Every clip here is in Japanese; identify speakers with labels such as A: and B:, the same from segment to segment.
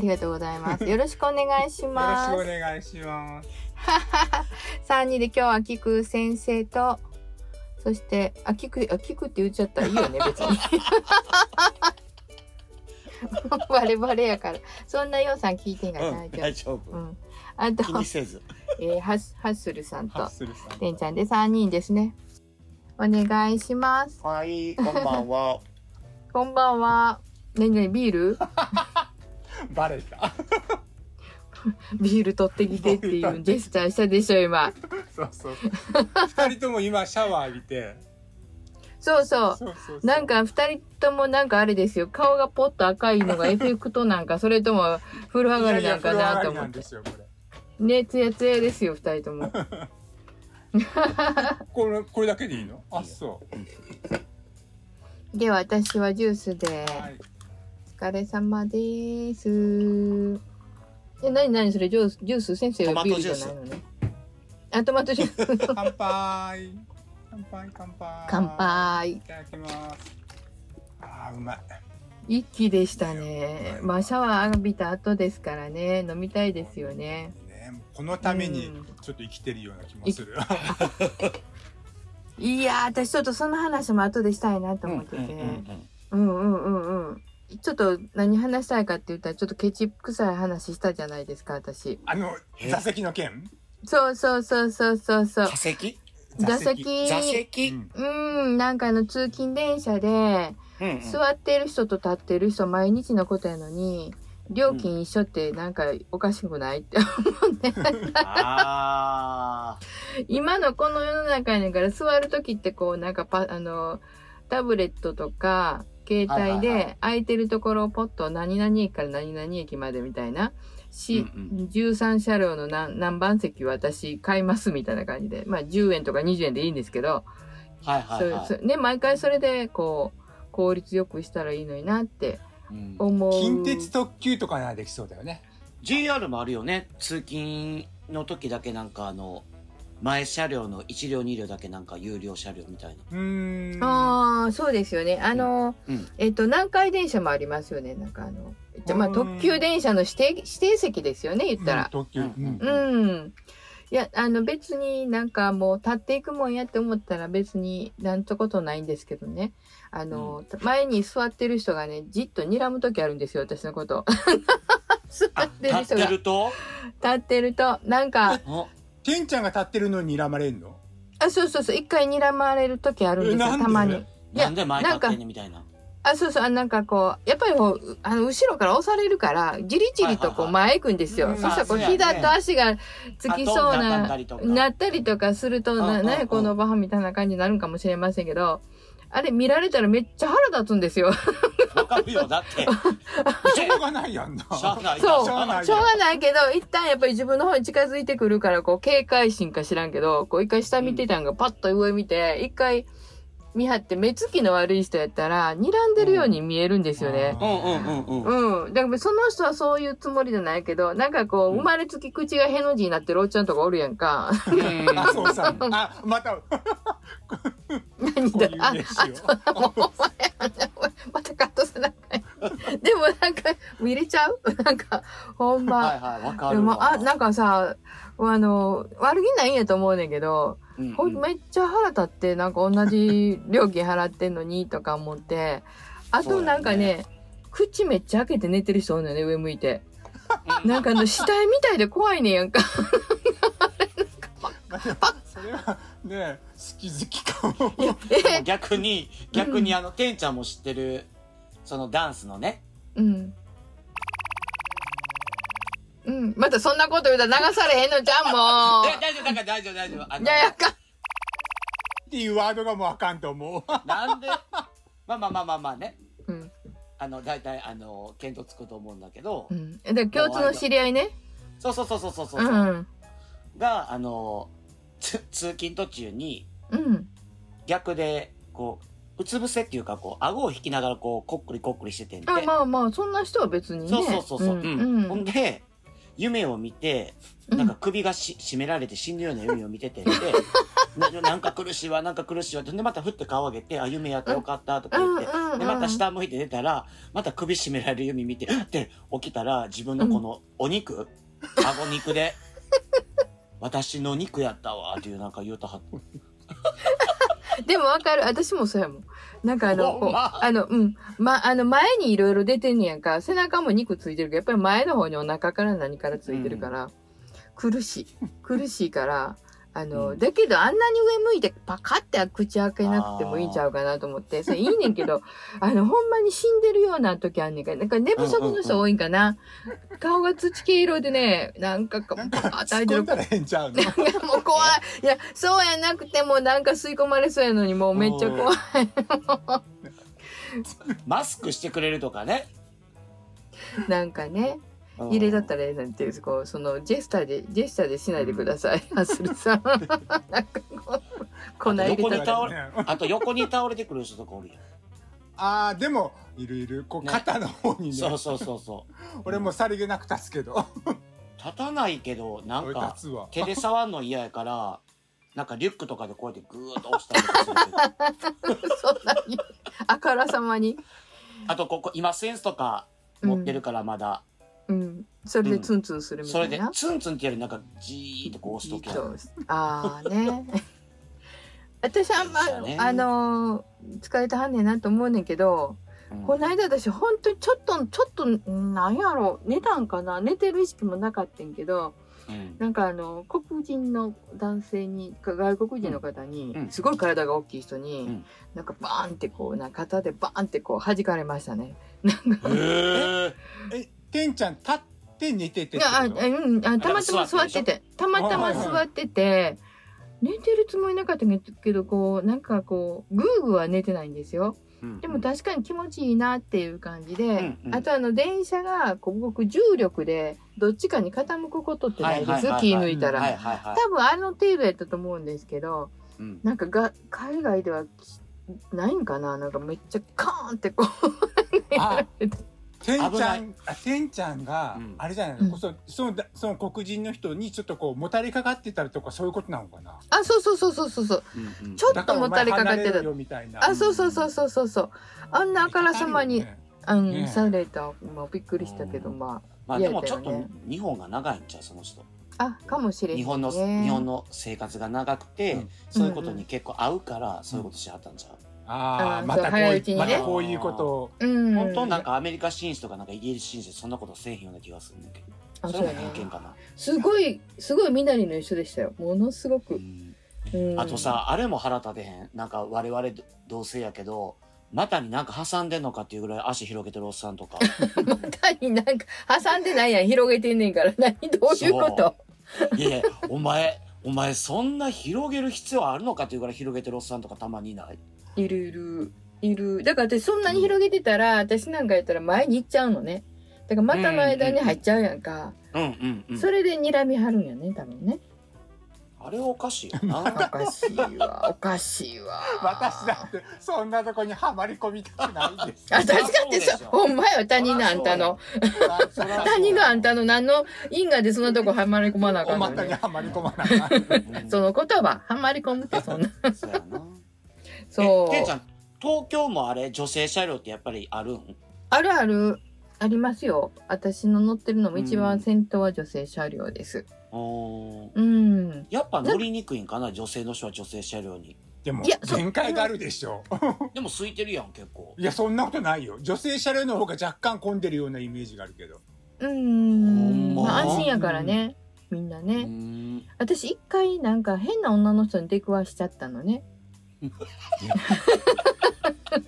A: りがとうございます。よろしくお願いします。
B: よろしくお願いします。
A: 3人で今日はきく先生と、そして、あ、きく、あ、きくって言っちゃったらいいよね、 別に。 バレバレやから。そんなようさん聞いてんが
C: う
A: 大
C: ん、
A: 丈
C: 大
A: 夫。
C: 丈
A: う
C: 夫。
A: ん。あと
C: 気、にせず。
A: えーハッハッスルさん
B: ハ
A: と
B: ッ、スルさん。
A: てんちゃんで3人ですね。お願いします。
C: はい、こんばんは。
A: こんばんは。ねにねビール
B: バレた。
A: ビール取ってきてっていうジェスチャーしたでしょ、今。
B: そうそう。二人とも今シャワー浴びて。
A: そうそう。
B: そうそうそう
A: なんか二人ともなんかあれですよ顔がポッと赤いのがエフェクト なんかそれとも風呂上がりなんかなと思って
B: いやいや風呂上がりなんですよこれ。
A: ねつやつやですよ二人とも
B: これこれだけでいいの？あそ
A: では私はジュースで
B: う。はい。
A: お疲れ様ですえなになにそれジュースジュース先生はビールじゃないのねあトマトジュー ス
B: 乾杯。乾杯乾杯。
A: 乾。杯
B: いただきます。あーうまい。
A: 一気でしたねまあシャワー浴びた後ですからね飲みたいですよね
B: ねこのために
A: うん
B: ちょっと生きてるような気もする。
A: いやー私ちょっとその話も後でしたいなと
C: うん、う
A: 思
C: ん
A: っ、て
C: う
A: て、
C: ん、う
A: う
C: ん。
A: んうんうんうん。ちょっと何話したいかって言ったらちょっとケチ臭い話したじゃないですか私。
B: あの
C: え
B: 座席の件？
A: そうそうそうそうそうそう
C: 化。石。
A: 座席
C: 座
B: う
C: 席。
B: ん
A: うんなんかあの通勤電車で
C: うん、うん。
A: 座ってる人と立ってる人毎日のことやのに料金一緒ってなんかおかしくないって
C: ああ。
A: 今のこの世の中やねんから座る時ってこうなんかパあのタブレットとか携帯
C: はいはい
A: で空いてるところをポッと何々駅から何々駅までみたいな、し
C: うん
A: 13車両の何何番席は私買いますみたいな感じでまあ10円とか20円でいいんですけど、
C: はい、はい、は
A: そう
C: い。
A: そうね毎回それでこう効率よくしたらいいのになって
C: うん
A: 思う。
B: 近鉄特急とかならできそうだよね。
C: JR もあるよね通勤の時だけなんかあの前車両の1両2両だけなんか有料車両みたいな
B: うーん。
A: ああそうですよねあの、
C: うん
A: えっと南海電車もありますよねなんかあのじゃまあ
B: うん
A: 特急電車の指定指定席ですよね言った
B: うん
A: ら。
B: 特急。うん
A: うん、いやあの別になんかもう立っていくもんやって思ったら別になんてことないんですけどねあの、前に座ってる人がねじっと睨む時あるんですよ私のこと座ってる人
C: 立って
A: が立
C: ると
A: ってるとなんか
C: お
B: てんちゃんが立ってるのに睨まれんの
A: あそうそうそう一回睨まれる時あるんです
B: えなん
A: よ
B: で
A: たまに。いや
C: なんで前立ってんねんみたいな
A: あ、そうそう、あなんかこう、やっぱりこう、うあの、後ろから押されるから、じりじりとこう
C: はいはいはい
A: 前行くんですよ。
B: うん
A: そしたらこう、
C: まあそうやね
A: 膝と足がつきそう
C: あ
A: な、
C: どんな
A: なったりとかすると、
C: うんうんう
A: な、
C: ん
A: なにこのバハみたいな感じになるんかもしれませんけど、あれ見られたらめっちゃ腹立つんです よ。
C: わかるよだ って
B: しょうがないやんな。
C: しゃあない
A: そう
C: しゃあない
A: しょうがないけど、一旦やっぱり自分の方に近づいてくるから、こう、警戒心か知らんけど、こう、一回下見てたんが、パッと上見て、一回見張って、目つきの悪い人やったら、睨んでるように見えるんですよね。
C: うんうんうんうんうん
A: うん。だからその人はそういうつもりじゃないけど、なんかこう、
C: うん
A: 生まれつき口がへの字になってるおっちゃんとかおるやんか。
B: 麻生さん。あ、また、こ
A: 何だ
B: ういう
A: あ、
B: 名刺
A: あ、もう
B: を。
A: お前、またカットせなあかい。でもなん か、入れちゃうなんか、ほん
C: はい
A: ま。
C: はいわか
A: で
C: る
A: も、
C: わ
A: あ、なんかさ、あの、悪気ないんやと思うねんけど、
C: うんうん
A: ほんめっちゃ腹立って、なんか同じ料金払ってんのに、とか思って。あとなんかね、口めっちゃ開けて寝てる人おるのよね、上向い て。なんかあの死体みたいで怖いねんやんか。
B: それは、ね、好き好きかも。
A: え、
C: 逆に逆にあのてんちゃんも知ってるそのダンスのね
A: うん。うん、またそんなこと言うたら流されへんのじゃんも
C: え大丈夫だから大丈夫大丈夫あ
A: う。
C: の
A: いやいやか。
B: っていうワードがもうあかんと思う。
C: なんで まあまあまあまあまあね
A: うん、
C: あの大体あの見当つくと思うんだけど、
A: うん、え、で、共通の知り合いね。
C: そうそうそうそうそうそうう、
A: ん、
C: があのつ通勤途中に
A: うん、
C: 逆でこううつ伏せっていうかこう顎を引きながらこうこっくりこっくりしててんで、
A: あ、まあまあ、そんな人は別にね。
C: そうそうそうそう、
A: う、
C: うんん
A: う
C: ほ
A: ん、
C: んで夢を見て、
A: うん
C: なんか首がし絞められて死ぬような夢を見て て、で、ななんか苦しいわ、なんか苦しいわって、で、またふって顔上げて、あ、夢やってよかった、とか言って、
A: うんうん
C: で、また下向いて出たら、また首絞められる夢見て、って起きたら、自分のこのお肉、顎肉で、 私の肉やったわ、っていうなんか言うたはっ
A: でもわかる私もそうやもんなんかあの
C: ほ
A: こ
C: ん
A: う
C: ま
A: あのうんまあの前にいろいろ出てんねやんか背中も肉ついてるけどやっぱり前の方にお腹から何からついてるから、苦しい苦しいからあの、
C: うん
A: だけどあんなに上向いてパカって口開けなくてもいいんちゃうかなと思 ってそれいいねんけどあのほんまに死んでるような時あんねんからなんか寝不足の人多いんかな、顔が土系色でねなんかか
B: なんか
A: パーッと
B: 突
A: 開
B: っ
A: いて
B: 込
A: る
B: んだらええんちゃうの
A: いやもう怖い。いや、そうやなくてもなんか吸い込まれそうやのにもうめっちゃ怖い。
C: マスクしてくれるとかね。
A: なんかね、
C: うん
A: 入れだったらええなんていう、こう、そのジェスチャーで、ジェスチャーでしないでください。ハッスルさん。なんかこう、粉入
C: 横
A: れ
C: に
A: たら。
C: 倒れあと横に倒れてくる人とかおるやん。
B: ああでもいるいるこう
C: ね
B: 肩の方にね
C: そうそうそうそう。
B: 俺もさりげなく立つけど
C: 立たないけど、なん
B: 俺
C: か
B: 立つわ
C: 手で触んの嫌やから、なんかリュックとかでこうやってグーッと押したりと かするけど。
A: そんなに、あからさまに。
C: あとここ今センスとか持ってるからまだ、
A: うん。それでツンツンするみ
C: そ
A: た
C: れ
A: い
C: で
A: な。
C: ツンツンってやるなんかじーっとこう押しとけ
A: そ
C: ば
A: うです。ああね。 私あんま
C: そうだね、
A: あのー疲れたはんねんなと思うねんけど、
C: うん
A: この間私本当にちょっとちょっとんなんやろ寝たんかな寝てる意識もなかったんけど
C: うん
A: なんかあの黒人の男性にか外国人の方に、
C: うん
A: すごい体が大きい人に、
C: うん
A: なんかバーンってこうな肩でバーンってこう弾かれましたね。
C: へえ
B: えてんちゃん立って寝てて
A: い
B: って
A: やあ、
B: こと
A: うん、あたまたま座っててたまたま座ってて寝てるつもりなかったけどこうなんかこうグーグーは寝てないんですよ。でも確かに気持ちいいなっていう感じで、
C: んうん
A: あとあの電車がこう動く重力でどっちかに傾くことってないです、
C: はいはいはいはい
A: 気抜いたら、
C: はいはいはい、
A: 多分あの程度やったと思うんですけど
C: うん、
A: なんかが海外ではきないんかななんかめっちゃカーンってこ
B: あ
A: う
B: てん
C: 危
B: ち
C: な
B: ゃ
C: い
B: んあてんちゃんが、
C: うん
B: あれじゃない
A: うん
B: の、そそのだその黒人の人にちょっとこうもたれかかってたりとかそういうことなのかな
A: あそうそうそうそうそうそう
C: うんうん
A: ちょっ
B: だから
A: もたれかかってた
B: お前離れろよみたいな
A: あそうそうそうそうそうそうあんなあからさまに、
B: ね
A: あの
B: ねえ
A: されたもうびっくりしたけど
C: うん
A: ま
C: まあ
A: いや
C: でもちょっ
A: だ
C: と
A: よね
C: 日本が長いんちゃうその人
A: ああかもしれない、ね、
C: 日本の日本の生活が長くて、
B: うん
C: そういうことに結構合うからそういうことしはったんちゃう、
B: あ
A: あー
B: あまたこう
A: 早
B: い
A: いうちに
B: ま
A: ね
B: たこういうことを
A: うん
C: 本当なんかアメリカ紳士とかなんかイギリス紳士そんなことせえへんような気がするんだけ
A: あ
C: ど
A: そ
C: そうれ
A: や
C: も偏
A: ね
C: 見かな、
A: すごいすごいみなりの一緒でしたよものすご
C: う
A: く、
C: ん
A: うん
C: あとさ、あれも腹立てへん。なんか我々ど同性やけど、股になんか挟んでんのかっていうぐらい足広げてるおっさんとか。
A: 単になんか挟んでないやん広げてんねんから 何どういうこと
C: いやいや、お前、お前そんな広げる必要あるのかっていうぐらい広げてるおっさんとかたまにいない。
A: いるいるいるだから私そんなに広げてたら、私なんかやったら前に行っちゃうのねだからまたの間に入っちゃうやんか、
C: うんうんうん。
A: それで睨みはるんやね多分ね
C: あれおかしいよ
A: お
C: な。
A: かしいわおかしいわ
B: 私だってそんなとこにはまり込みたくない です
A: あ確かに
C: そうでし
A: さ
C: ょ
A: ほんまよ他人のあんたの
B: そら
A: 他人のあんたの何の因果でそんなとこはまり込まなあか
B: お
A: んの
B: 股
A: に
B: にはまり込まない
C: うん
A: その言葉はまり込むってそんな
C: そうやな。
A: そう
C: えてんちゃん、東京もあれ、女性車両ってやっぱりあるん
A: あるあるありますよ。私の乗ってるのも一番先頭は女性車両です。
C: おー
A: うん。
C: やっぱ乗りにくいんかな、女性の人は女性車両に。
B: でも
A: いやそう
B: 限界があるでしょ
C: でも空いてるやん、結構。
B: いやそんなことないよ女性車両の方が若干混んでるようなイメージがあるけど
A: うん。
C: ほんま
A: まあ安心やからね。みんな
C: う
A: ね。
C: ん。
A: 私一回なんか変な女の人に出くわしちゃったの ね。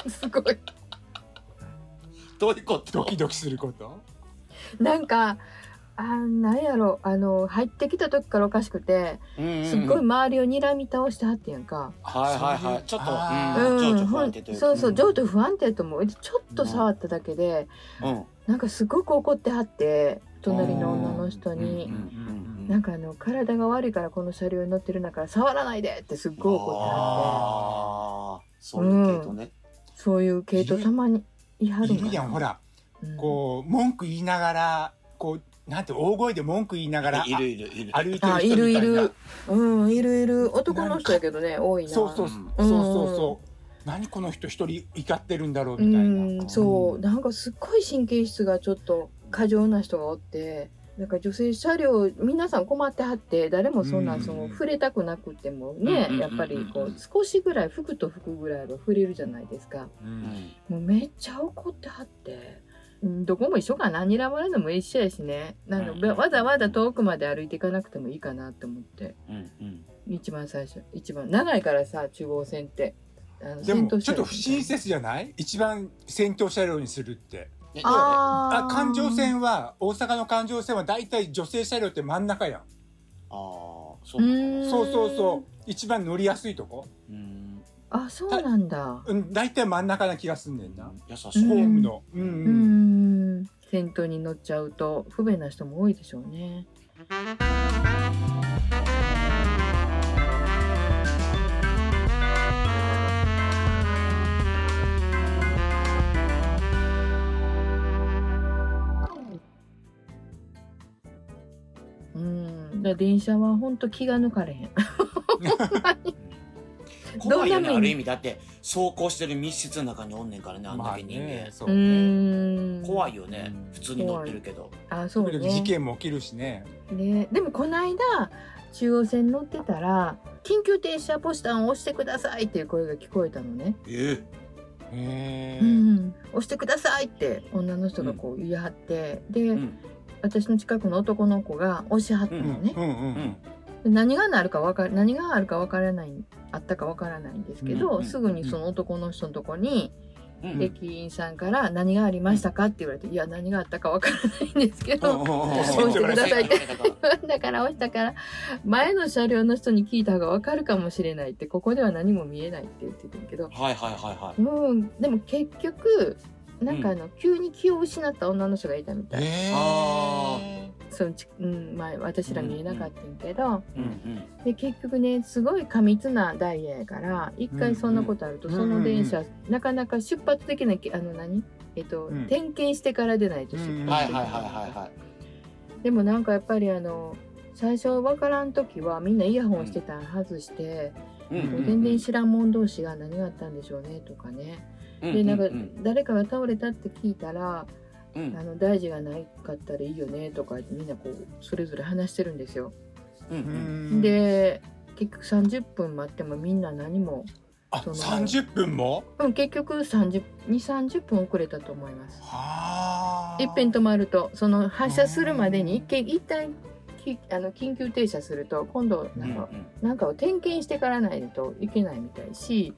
A: すごい。
C: どういうこと
B: ドキドキすること
A: なんか、あーなんやろあの入ってきた時からおかしくてす
C: す
A: っごい周りを睨み倒してはってやんか、
C: はいはいは
B: そういう
C: い。ちょっと、
B: あ
A: う
B: ー
A: ん
C: うん、情緒不安定というか。
A: そうそう
B: うん
A: 情緒不安定やと思うちょっと触っただけで、
C: うん。
A: なんかすごく怒ってはって隣の女の人
C: う
A: に
C: んうん
A: なんかあの体が悪いからこの車両に乗ってるんだから触らないでってすっごい怒っては
C: ああ、そういう系統ね。
A: ってそういう系統たまに言いはる
B: い
A: ん
B: る
A: か
B: やん
A: な
B: ほら
A: うん
B: こう文句言いながらこうなんて大声で文句言いながら
C: いるいるいる
B: あ歩いて
A: あ
B: る人みたいない
A: るいるうんいるいる男の人やけどね多いな
B: そうそうそうそうそうそう何この人一人怒ってるんだろうみたいな
A: うんそうなんかすっごい神経質がちょっと過剰な人がおってなんか女性車両皆さん困ってはって誰もそんな
B: うん
A: んその触れたくなくてもね
C: うん
A: やっぱりこ
C: うん
A: う少しぐらい服と服ぐらいは触れるじゃないですか
B: う
C: うんん
A: もうめっちゃ怒ってはって。うんどこも一緒かな睨まれるのも一緒やしねなんか
C: うんうん
A: わざわざ遠くまで歩いていかなくてもいいかなって思って
C: うんうん
A: 一番最初一番長いからさ中央線ってあの
B: でも
A: 先頭
B: ち
A: 車
B: ょっ
A: 両
B: と不親切じゃない一番先頭車両にするって
C: ね
A: あー
B: あ環状線は大阪の環状線は大体女性車両って真ん中やん
C: あーそううなの
A: ー
C: か
A: ん
B: そうそうそう一番乗りやすいとこ
C: なうん
A: あそうなんだ
B: うん大体真ん中な気がすんねんな
C: 優し
A: う
B: ホ
A: ん
B: ー
C: い
B: ムのうん
A: う
B: うん
A: ーん先頭に乗っちゃうと不便な人も多いでしょうねうんだから電車は本当気が抜かれへん
C: 怖
A: ど
C: いよ
A: んな
C: ね
A: 目に
C: ある意味だって走行してる密室の中におんねんからねあんだけ人間、
B: そううね
A: ん
C: 怖
A: い
C: いよ
B: う
C: ね
B: ん
C: 普通に乗ってるけど
A: あそうね
B: 時々事件も起きるしね
A: ね、でもこの間中央線乗ってたら「緊急停車ボタンを押してください」っていう声が聞こえたのね
C: えー
A: 「
B: へ
A: う
B: え
A: ん、押してください」って女の人がこう言い張って、で、
C: うん
A: 私の近くの男の子が押し張ったの
B: うん
A: ね
B: う、んう
C: うんん
A: で何がなるかわか何があるかわからないあったかわからないんですけど、
C: うんうん
A: すぐにその男の人のとこに
C: う
B: で
C: ん
A: 駅員さんから「何がありましたか?」って言われて「いや何があったかわからないんですけど」
B: 押してくだ
A: さいって
C: う ん
A: だから押したから前の車両の人に聞いた方がわかるかもしれないってここでは何も見えないって言ってたんやけど
C: はいはいはいはい
A: もうでも結局なんかあの、急に気を失った女の人がいたみたい
B: へえ
C: あ
A: そのち、うん、前私ら見えなかったんやけど、
C: うんうん
A: で結局ねすごい過密なダイヤやから一回そんなことあると、
B: うん
A: その電車、
B: う
A: なかなか出発できないあの何えっと、
B: うん
A: 点検してから出ないと出発できな
B: う
A: んい、
C: はいはいはいはいはい
A: でもなんかやっぱりあの最初わからん時はみんなイヤホンしてたん外して、
C: うん
A: も
C: う
A: うん全然知らん者同士が何があったんでしょうねとかね、でなんか誰かが倒れたって聞いたら、
C: うんうん
A: あの大事がないかったらいいよねとか言ってみんなこうそれぞれ話してるんですよ。
C: うんうん
A: で結局30分待ってもみんな何も、
B: あ
A: その
B: 三十分も
A: うん、結局30 2 3 0分遅れたと思います。
B: はあ
A: 一遍止まるとその発車するまでに一見一旦きあの緊急停車すると今度なんか、
C: うん
A: なんかを点検してからないといけないみたいし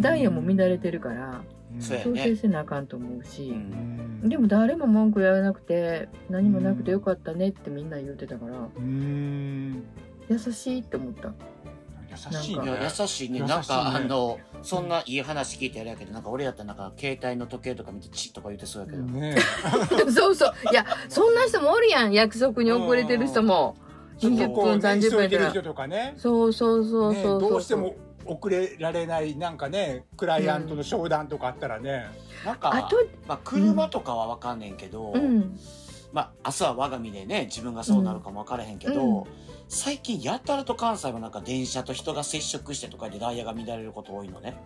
A: ダイヤも乱れてるから
B: うん
C: そうや
A: 調整せなあかんと思うし
C: う、
B: うんん
A: でも誰も文句言わなくて何もなくてよかったねってみんな言うてたから
B: うん
A: 優しいって思った
B: 優しい
C: い
B: ね
C: や優しいね
B: 優しいね
C: なんかあのそんないい話聞いてやるやけどなんか俺やったらなんか携帯の時計とか見てチッとか言ってそうやけど、
B: ね
A: そうそういや そんな人もおるやん約束に遅れてる人も
B: ちょっと
A: 20
B: こう
A: 分30
B: 急
A: 分
B: いでる
A: や
B: 人とかね
A: そうそうそう
B: ね
A: そう
B: ど
A: そう
B: うしても遅れられないなんかねクライアントの商談とかあったらね、
C: なん
A: あ
C: か
A: と、
C: まあ、車とかは分かんねんけど、
A: うん、
C: まあ明日は我が身でね自分がそうなるかも分からへんけど、
A: うん
C: 最近やたらと関西はなんか電車と人が接触してとかでダイヤが乱れること多いのね。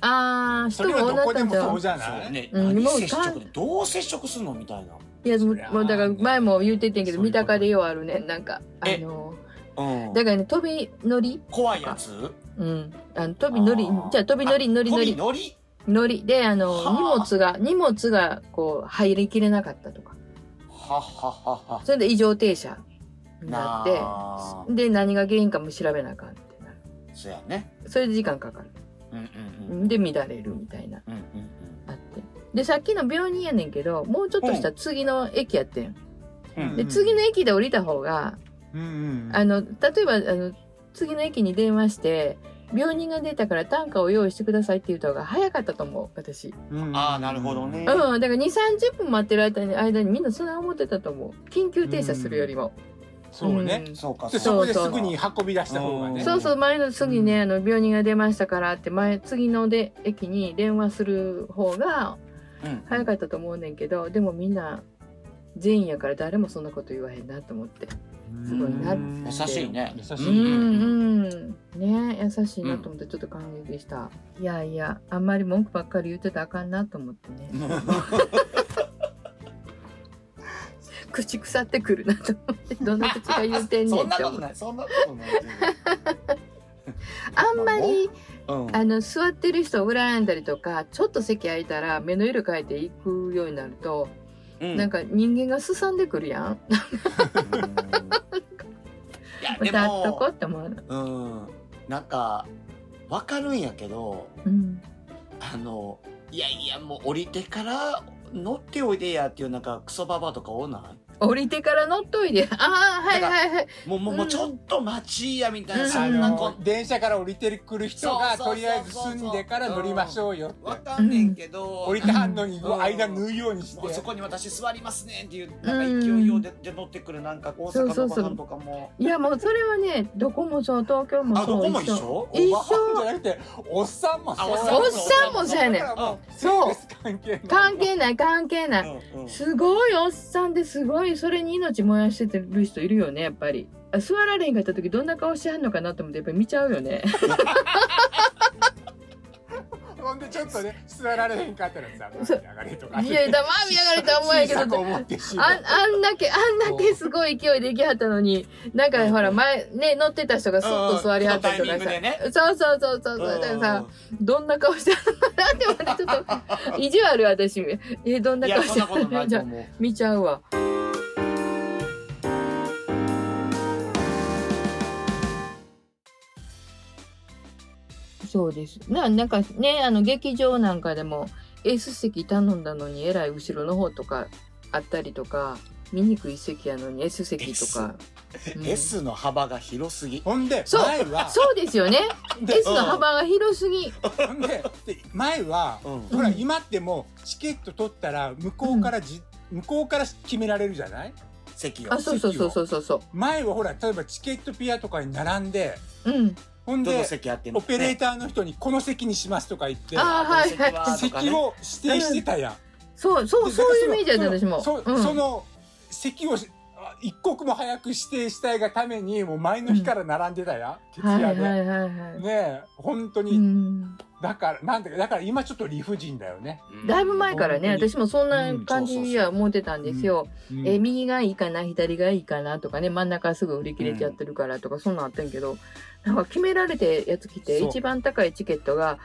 A: ああ
B: そ
A: 人
B: れ
A: も
B: はど
A: 女
B: こで
A: た
B: も
A: ち
B: そ
A: は
B: うじゃ
C: そ
B: な
C: う
B: い、
C: ね、
A: うん
C: 何
A: もう
C: 接触でどう接触すんのみたいな。
A: いやも
B: そうりゃあ
A: もうだから
B: ね
A: 前も言うててんけど
B: そういう
A: 三
B: こと
A: 鷹でようあるねなんかあ
C: え
A: の
C: うん
A: だ、からね飛び乗り
C: 怖いやつ
A: うんあの飛び乗り
C: あー
A: じゃあ飛び乗り乗り乗
C: 飛び
A: り
C: 乗り
A: 乗りであの
C: はあ
A: 荷物が荷物がこう入りきれなかったとか
C: はっはっはっは。
A: それで異常停車になっ
C: なあ
A: てで何が原因かも調べなあかんってなる
C: そうやね。
A: それで時間かかる
C: うんうんうん。
A: で乱れるみたいな
C: うんうん
A: あってでさっきの病院やねんけどもうちょっとしたら次の駅やってん、
C: うんうん
A: で
B: うん
A: 次の駅で降りた方が
B: うんうん
A: あの例えばあの次の駅に電話して病人が出たから単価を用意してくださいって言った方が早かったと思う私
B: うん
C: あーなるほどね
A: うんだから2 3 0分待ってる間に間にみんなそんな思ってたと思う緊急停車するよりも、
B: そうね、
A: ん
C: そうか
B: で
A: そう
B: そこです
A: そう
B: ぐに運び出した方が
C: う
B: ね
C: ん
A: そうそう前の次ね、あの病人が出ましたからって前次ので駅に電話する方が
C: うん
A: 早かったと思うねんけどでもみんな善意やから誰もそんなこと言わへんなと思って
C: うん
A: すごいなって
B: うん
C: 優しいね
B: 優しい、
A: う
C: う
A: う
C: んん
A: んね優しいなと思ってちょっと感激でした、いやいやあんまり文句ばっかり言ってたらあかんなと思って ね口腐ってくるなと思ってどんな口が言うてんねん
C: そん
A: っ
C: な
A: て
C: こ
A: 思
C: と
A: う
C: ないそんなことない
A: あんまり
C: うん
A: あの座ってる人を羨んだりとかちょっと席空いたら目の色変えていくようになると、
C: うん
A: なんか人間がすさんでくるやん。
C: いやで
A: 歌っとこ
C: も
A: って思うの。
C: うんなんかわかるんやけど
A: うん
C: あのいやいやもう降りてから乗っておいでやっていうなんかクソババアとかおんない
A: 降りてから乗っとい で。ああはいはいはい。
C: もうもう,、も
A: う
C: うんちょっと待ちやみたいな、
A: うん
C: そ
B: あ
C: んなこ
B: の電車から降りてくる人が
C: そ
B: と
C: うそうそうそう
B: りあえず住んでから乗りましょうよって
C: わかんねんけど、
B: 降りてはんのに
C: うん
B: 間縫うようにして
C: もうそこに私座りますねっていうなんか勢いよで,、で乗ってくるなんか大阪のおばさんとかも
A: いやもうそれはねどこもそう東京も
C: あど
A: そう
C: こも一緒
A: 一
B: おば
A: 緒
B: さんじゃなくておっさんも
C: あおっ
A: おっさん
C: お
A: も
C: っさんも
A: そうやねん
B: だからもう
A: そう
B: セックス関係ない
A: 関係ない関係ない。
C: うんうん
A: すごいおっさんですごいそれに命燃やしてる人いるよねやっぱりあ座られへんかった時どんな顔してはんのかなと思ってやっぱり見ちゃうよね
B: ほんでちょっとね座られへんかったらさ「
A: そう
B: 流れ」とか
A: いや黙みやがれとは思うん やけど
B: 小さく思ってしま
A: あ
B: うん
A: あんだけあんだけすごい勢いできはったのになんかほら前ね乗ってた人がスッと座りはったりとか
C: うんうんそのタイミング
A: さ、
C: でね
A: そうそうそうそうそうだからさどんな顔してはんのかなって思ってちょっと意地悪私えどん
C: い
A: な
C: や
A: 顔
C: そ
A: し
C: ん
A: て
C: な
A: は
C: こ
A: ん
C: とな
A: の
C: い
A: じ
C: と
A: ゃ
C: 思う
A: 見ちゃうわそうですななんかねあの劇場なんかでも S 席頼んだのにえらい後ろの方とかあったりとか見にくい席やのに S 席とか、うん
C: S の幅が広すぎ
B: ほんで
A: そう
B: 前は
A: そうですよね
B: で
A: S の幅が広すぎ
B: ほんでで前は
C: うん
B: ほら今ってもうチケット取ったら向こうからじ向こうから決められるじゃない
C: 席を
A: あそうそうそうそうそうそ
B: 前はほら例えばチケットピアとかに並んで
A: ううん
B: ほん
C: どの
B: で
C: 席あってんの
B: オペレーターの人にこの席にしますとか言って
A: あーはいはい
C: どの席はとか
B: 席
C: ね
B: を指定してたやん。
A: そうそう
B: で
A: そういうイメージや
B: だ
A: った
B: から
A: 私も
B: そのそ,、
A: うん
B: その席をしあ一刻も早く指定したいがためにもう前の日から並んでたや、ん、徹
A: はいは
B: 夜
A: い
B: で。
A: はいはい
B: ねえ本当に、
A: うん
B: だからなんだかだから今ちょっと理不尽だよね。
C: うん
A: だいぶ前からね
B: 本当に
A: 私もそんな
B: うん
A: 感じや思ってたんですよ、
B: うん
A: えー右がいいかな左がいいかなとかね真ん中すぐ売り切れちゃってるからとか、そんなんあったんやけどなんか決められてやつ来て
B: そう
A: 一番高いチケットが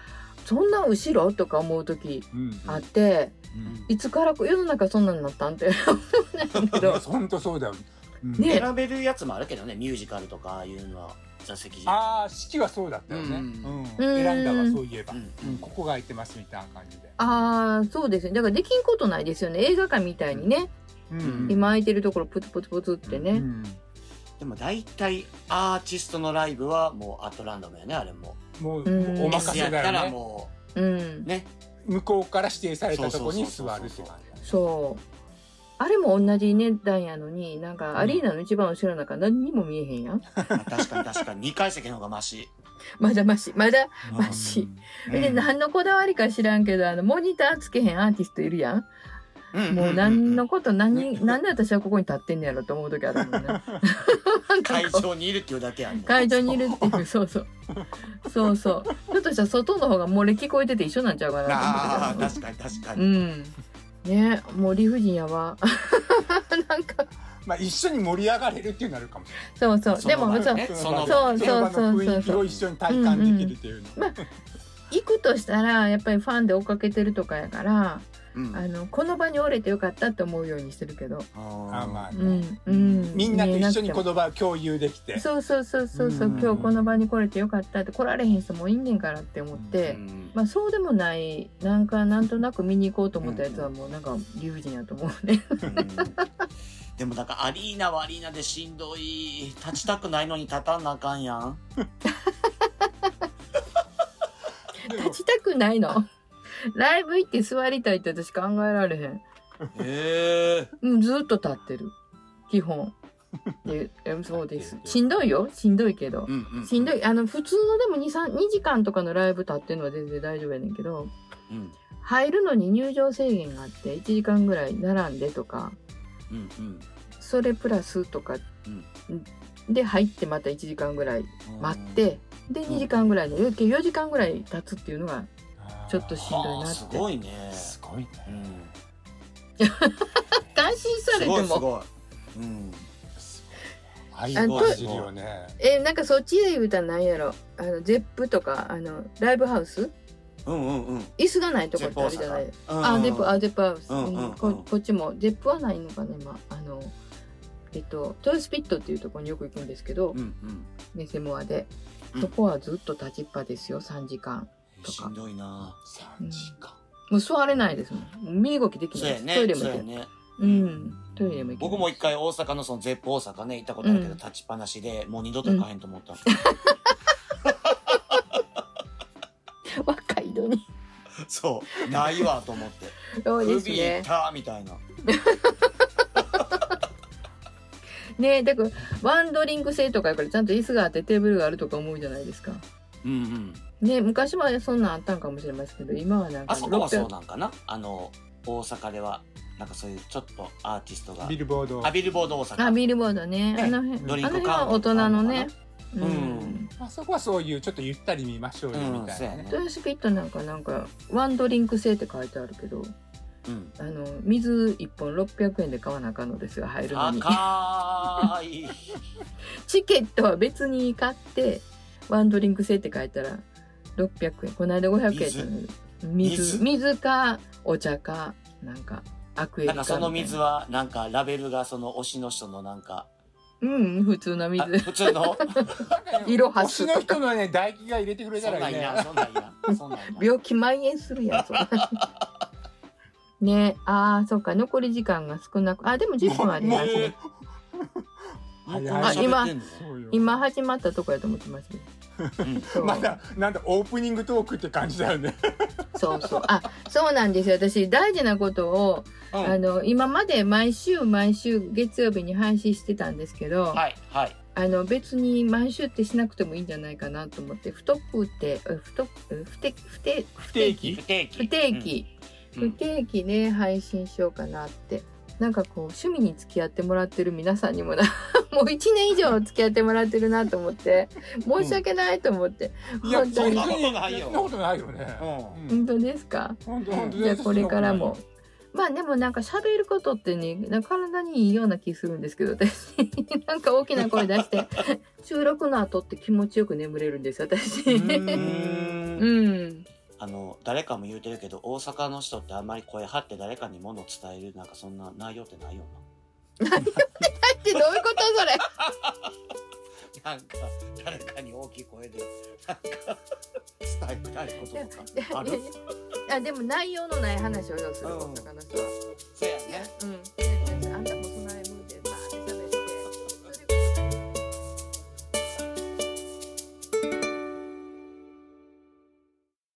A: そんな後ろとか思う時
B: うん
A: あって、
B: うん
A: いつから世の中そんなんなったんって 思うねんだけ
B: いや
A: ど
B: 本当そうだよ。うん
A: ね
C: 選べるやつもあるけどねミュージカルとかああいうのは座席
B: ああ式はそうだったよね。
C: う
B: うん
A: う
B: ん
A: ん
B: 選んだわそういえば、
C: う
B: うんんここが空いてますみたいな感じで。
A: ああそうですねだからできんことないですよね映画館みたいにね、
B: うん
A: 今空いてるところプツプツプツってね、
B: うん
C: でも大体アーティストのライブはもうアットランダムやねあれも
B: もう、
A: うん
B: お任
C: S や
B: せ
C: っ
B: だ
C: たら
B: よね。
C: も
A: うん
C: うね
B: 向こうから指定されたとこに
C: そうそう
B: 座
C: そう
B: るって
C: そう
B: 感じだね。
A: そう。あれも同じ値段やのに、なんかアリーナの一番後ろなんか何にも見えへんやん。
C: まあ確かに確かに2階席の方がマシ
A: まだまし、まだ。マシ
C: うん
A: で、何のこだわりか知らんけど、あの、モニターつけへんアーティストいるやん。
C: うんうん
A: もう何の こと、
B: う
A: 何、なんで私はここに立ってんねやろと思う時あるもん ね。なんか
C: 会
A: こう
C: 場にいるっていうだけやんね
A: 会場にいるっていう、そうそう。そうそう。ちょっとしたら外の方が漏れ聞こえてて一緒なんちゃうかなと
C: ああ
A: 思うけ
C: 確かに確か
A: ど。う
C: に、
A: ん。ねもう理不尽やわ。 なんか、
B: まあ一緒に盛り上がれるっていうのあるかもし
A: そうそう。
C: そ
A: で
C: の場
A: も、そう
B: れない。。
C: その
A: そう
B: その
A: そう
B: 場
A: そう
B: の雰囲気を一緒に体感できるっていうの。
A: 行くとしたらやっぱりファンで追っかけてるとかやから
C: うん
A: あのこの場におれてよかったって思うようにしてるけど、
B: あまあ、
A: うんうん、
B: みんなと一緒に言
A: の
B: 葉を共有できて。
A: そうそうそうそうそううん今日この場に来れてよかったって来られへん人もいんねんからって思って、
C: うん
A: まあそうでもないなんかなんとなく見に行こうと思ったやつはもうなんか理不尽やと思うね
C: うんでもなんかアリーナはアリーナでしんどい立ちたくないのに立たなあかんやん
B: でも
A: 立ちたくないのライブ行って座りたいって私考えられへん
C: ええ
A: もうずっと立ってる基 本でえそうですしんどいよしんどいけど
C: うんうん
A: しんど
C: い、
A: いあの普通のでも 2, 3 2時間とかのライブ立ってるのは全然大丈夫やねんけど
C: うん
A: 入るのに入場制限があって1時間ぐらい並んでとか
C: うんうん
A: それプラスとか、で入ってまた1時間ぐらい待って、で
C: うん
A: 2時間ぐらいで余計4時間ぐらい経つっていうのがちょっとしんどい
C: はあ
A: なって
C: すごいね
B: すごいね
C: うん
A: 感心され
C: す
A: て
C: ごいす
A: も
C: ごいうん
B: 愛
A: あ
B: を感じるよね
A: えなんかそっちで言うたらなんやろあのゼップとかあのライブハウス
C: うんうんうん
A: 椅子がないとこってあるじゃない
C: 絶望
A: あ
C: 坂
A: ゼップあゼップハウス、
C: うんうんうん
A: ここっちもゼップはないのかね今あのえっとトヨスピットっていうところによく行くんですけど、
C: うんうん
A: メセモアで
C: うん
A: そこはずっと立ちっぱですよ3時間とか
C: しんどいな
B: 3時間
A: もう座れないですもんもう身動きでき
C: そ
A: な
C: う
A: い
C: や
A: です、
C: ね
A: トイレも
C: そう
A: 行
C: や
A: けない、
C: ね
A: うんトイレも行けない
C: 僕も一回大阪のそのゼップ大阪ね行ったことあるけど
A: うん
C: 立ちっぱなしでもう二度と行かへんと思った
A: 若いのに
C: そうないわと思って
A: そうです
C: 首痛
A: ね
C: ったみたいな
A: ねだからワンドリンク制とかやからちゃんと椅子があってテーブルがあるとか思うじゃないですか
C: うんうん
A: ね昔はそんなんあったんかもしれませんけど今はなんか
C: あそこはそう
A: 600
C: なんかなあの大阪ではなんかそういうちょっとアーティストが
B: ビルボード
C: あビルボード大阪
A: あビルボードね
C: ね
A: あの
B: ド
A: 辺あ
C: リ
A: の
C: ンク
A: 辺
C: カー
A: は
C: ド
A: 大人のね
C: あんのかなうん
B: あそこはそういうちょっとゆったり見ましょうよ
C: うん
B: みた
C: そうや
B: いな
C: ね
A: トヨスピットなんかなんかワンドリンク制って書いてあるけど
C: うん
A: あの水1本600円で買わなあかんのですよ入るのに
C: 高い
A: チケットは別に買ってワンドリンク制って書いたら600円この間500円だったのに水水
C: 水
A: かお茶かなんかアクエリ
C: な
A: か
C: ん
A: み
C: か
A: たい
C: そ
A: な
C: の水はなんかラベルがその推しの人のなんか
A: うん普通の
C: あ
A: 水
C: 普 通の
B: なんかね
A: イロハ
B: 推し
A: ス
B: の
A: と
B: 人
A: か
B: のね唾液が入れてくれ
C: そ
B: た
C: んな
B: ら
C: ん
B: い
C: い
B: いね
C: らんそんなんいらんそんなんいらん
A: 病気蔓延するやんそん なねあーそっか残り時間が少なくあでも10分あります
C: もうも
A: ね
C: うもうこんな
B: あ
A: 今
C: 喋ってんの
B: そうよ
A: 今始まったとこやと思ってますけど
C: うん
A: そう
B: まだなんだオープニングトークって感じだよね
A: そうそうあそうなんですよ私大事なことを
C: うん
A: あの今まで毎週毎週月曜日に配信してたんですけど、
C: はいはい
A: あの別に毎週ってしなくてもいいんじゃないかなと思って不特定え不特え不定不定
B: 不定
C: 不
B: 期
C: 定期
A: 不定期、
C: うんうん
A: 不定期ね配信しようかなってなんかこう趣味に付き合ってもらってる皆さんにもな もう1年以上付き合ってもらってるなと思って申し訳ないと思って、
B: いや
A: 本当
B: そん
A: に
B: な
C: そ
B: こ
C: んな
B: とな
C: ことな
B: いい
C: よ
B: よそんなことないよね
C: うん
B: うん
A: 本当ですか
B: 本当本当
A: じゃあこれからもまあでもなんか喋ることってねなんか体にいいような気するんですけど私 なんか大きな声出 して収録の後って気持ちよく眠れるんです私。
B: う
C: う
B: ーん
C: ーん
A: うん、
C: あの誰かも言うてるけど大阪の人ってあんまり声張って誰かに物を伝えるなんかそんな内容ってないよ
A: ってどういうことそれ
C: ななんか誰かに大きい声でなんか伝えたいこと とかある
A: いやでも内容のない話を要する
C: うん
A: 大阪の人は
C: そうやね
A: うん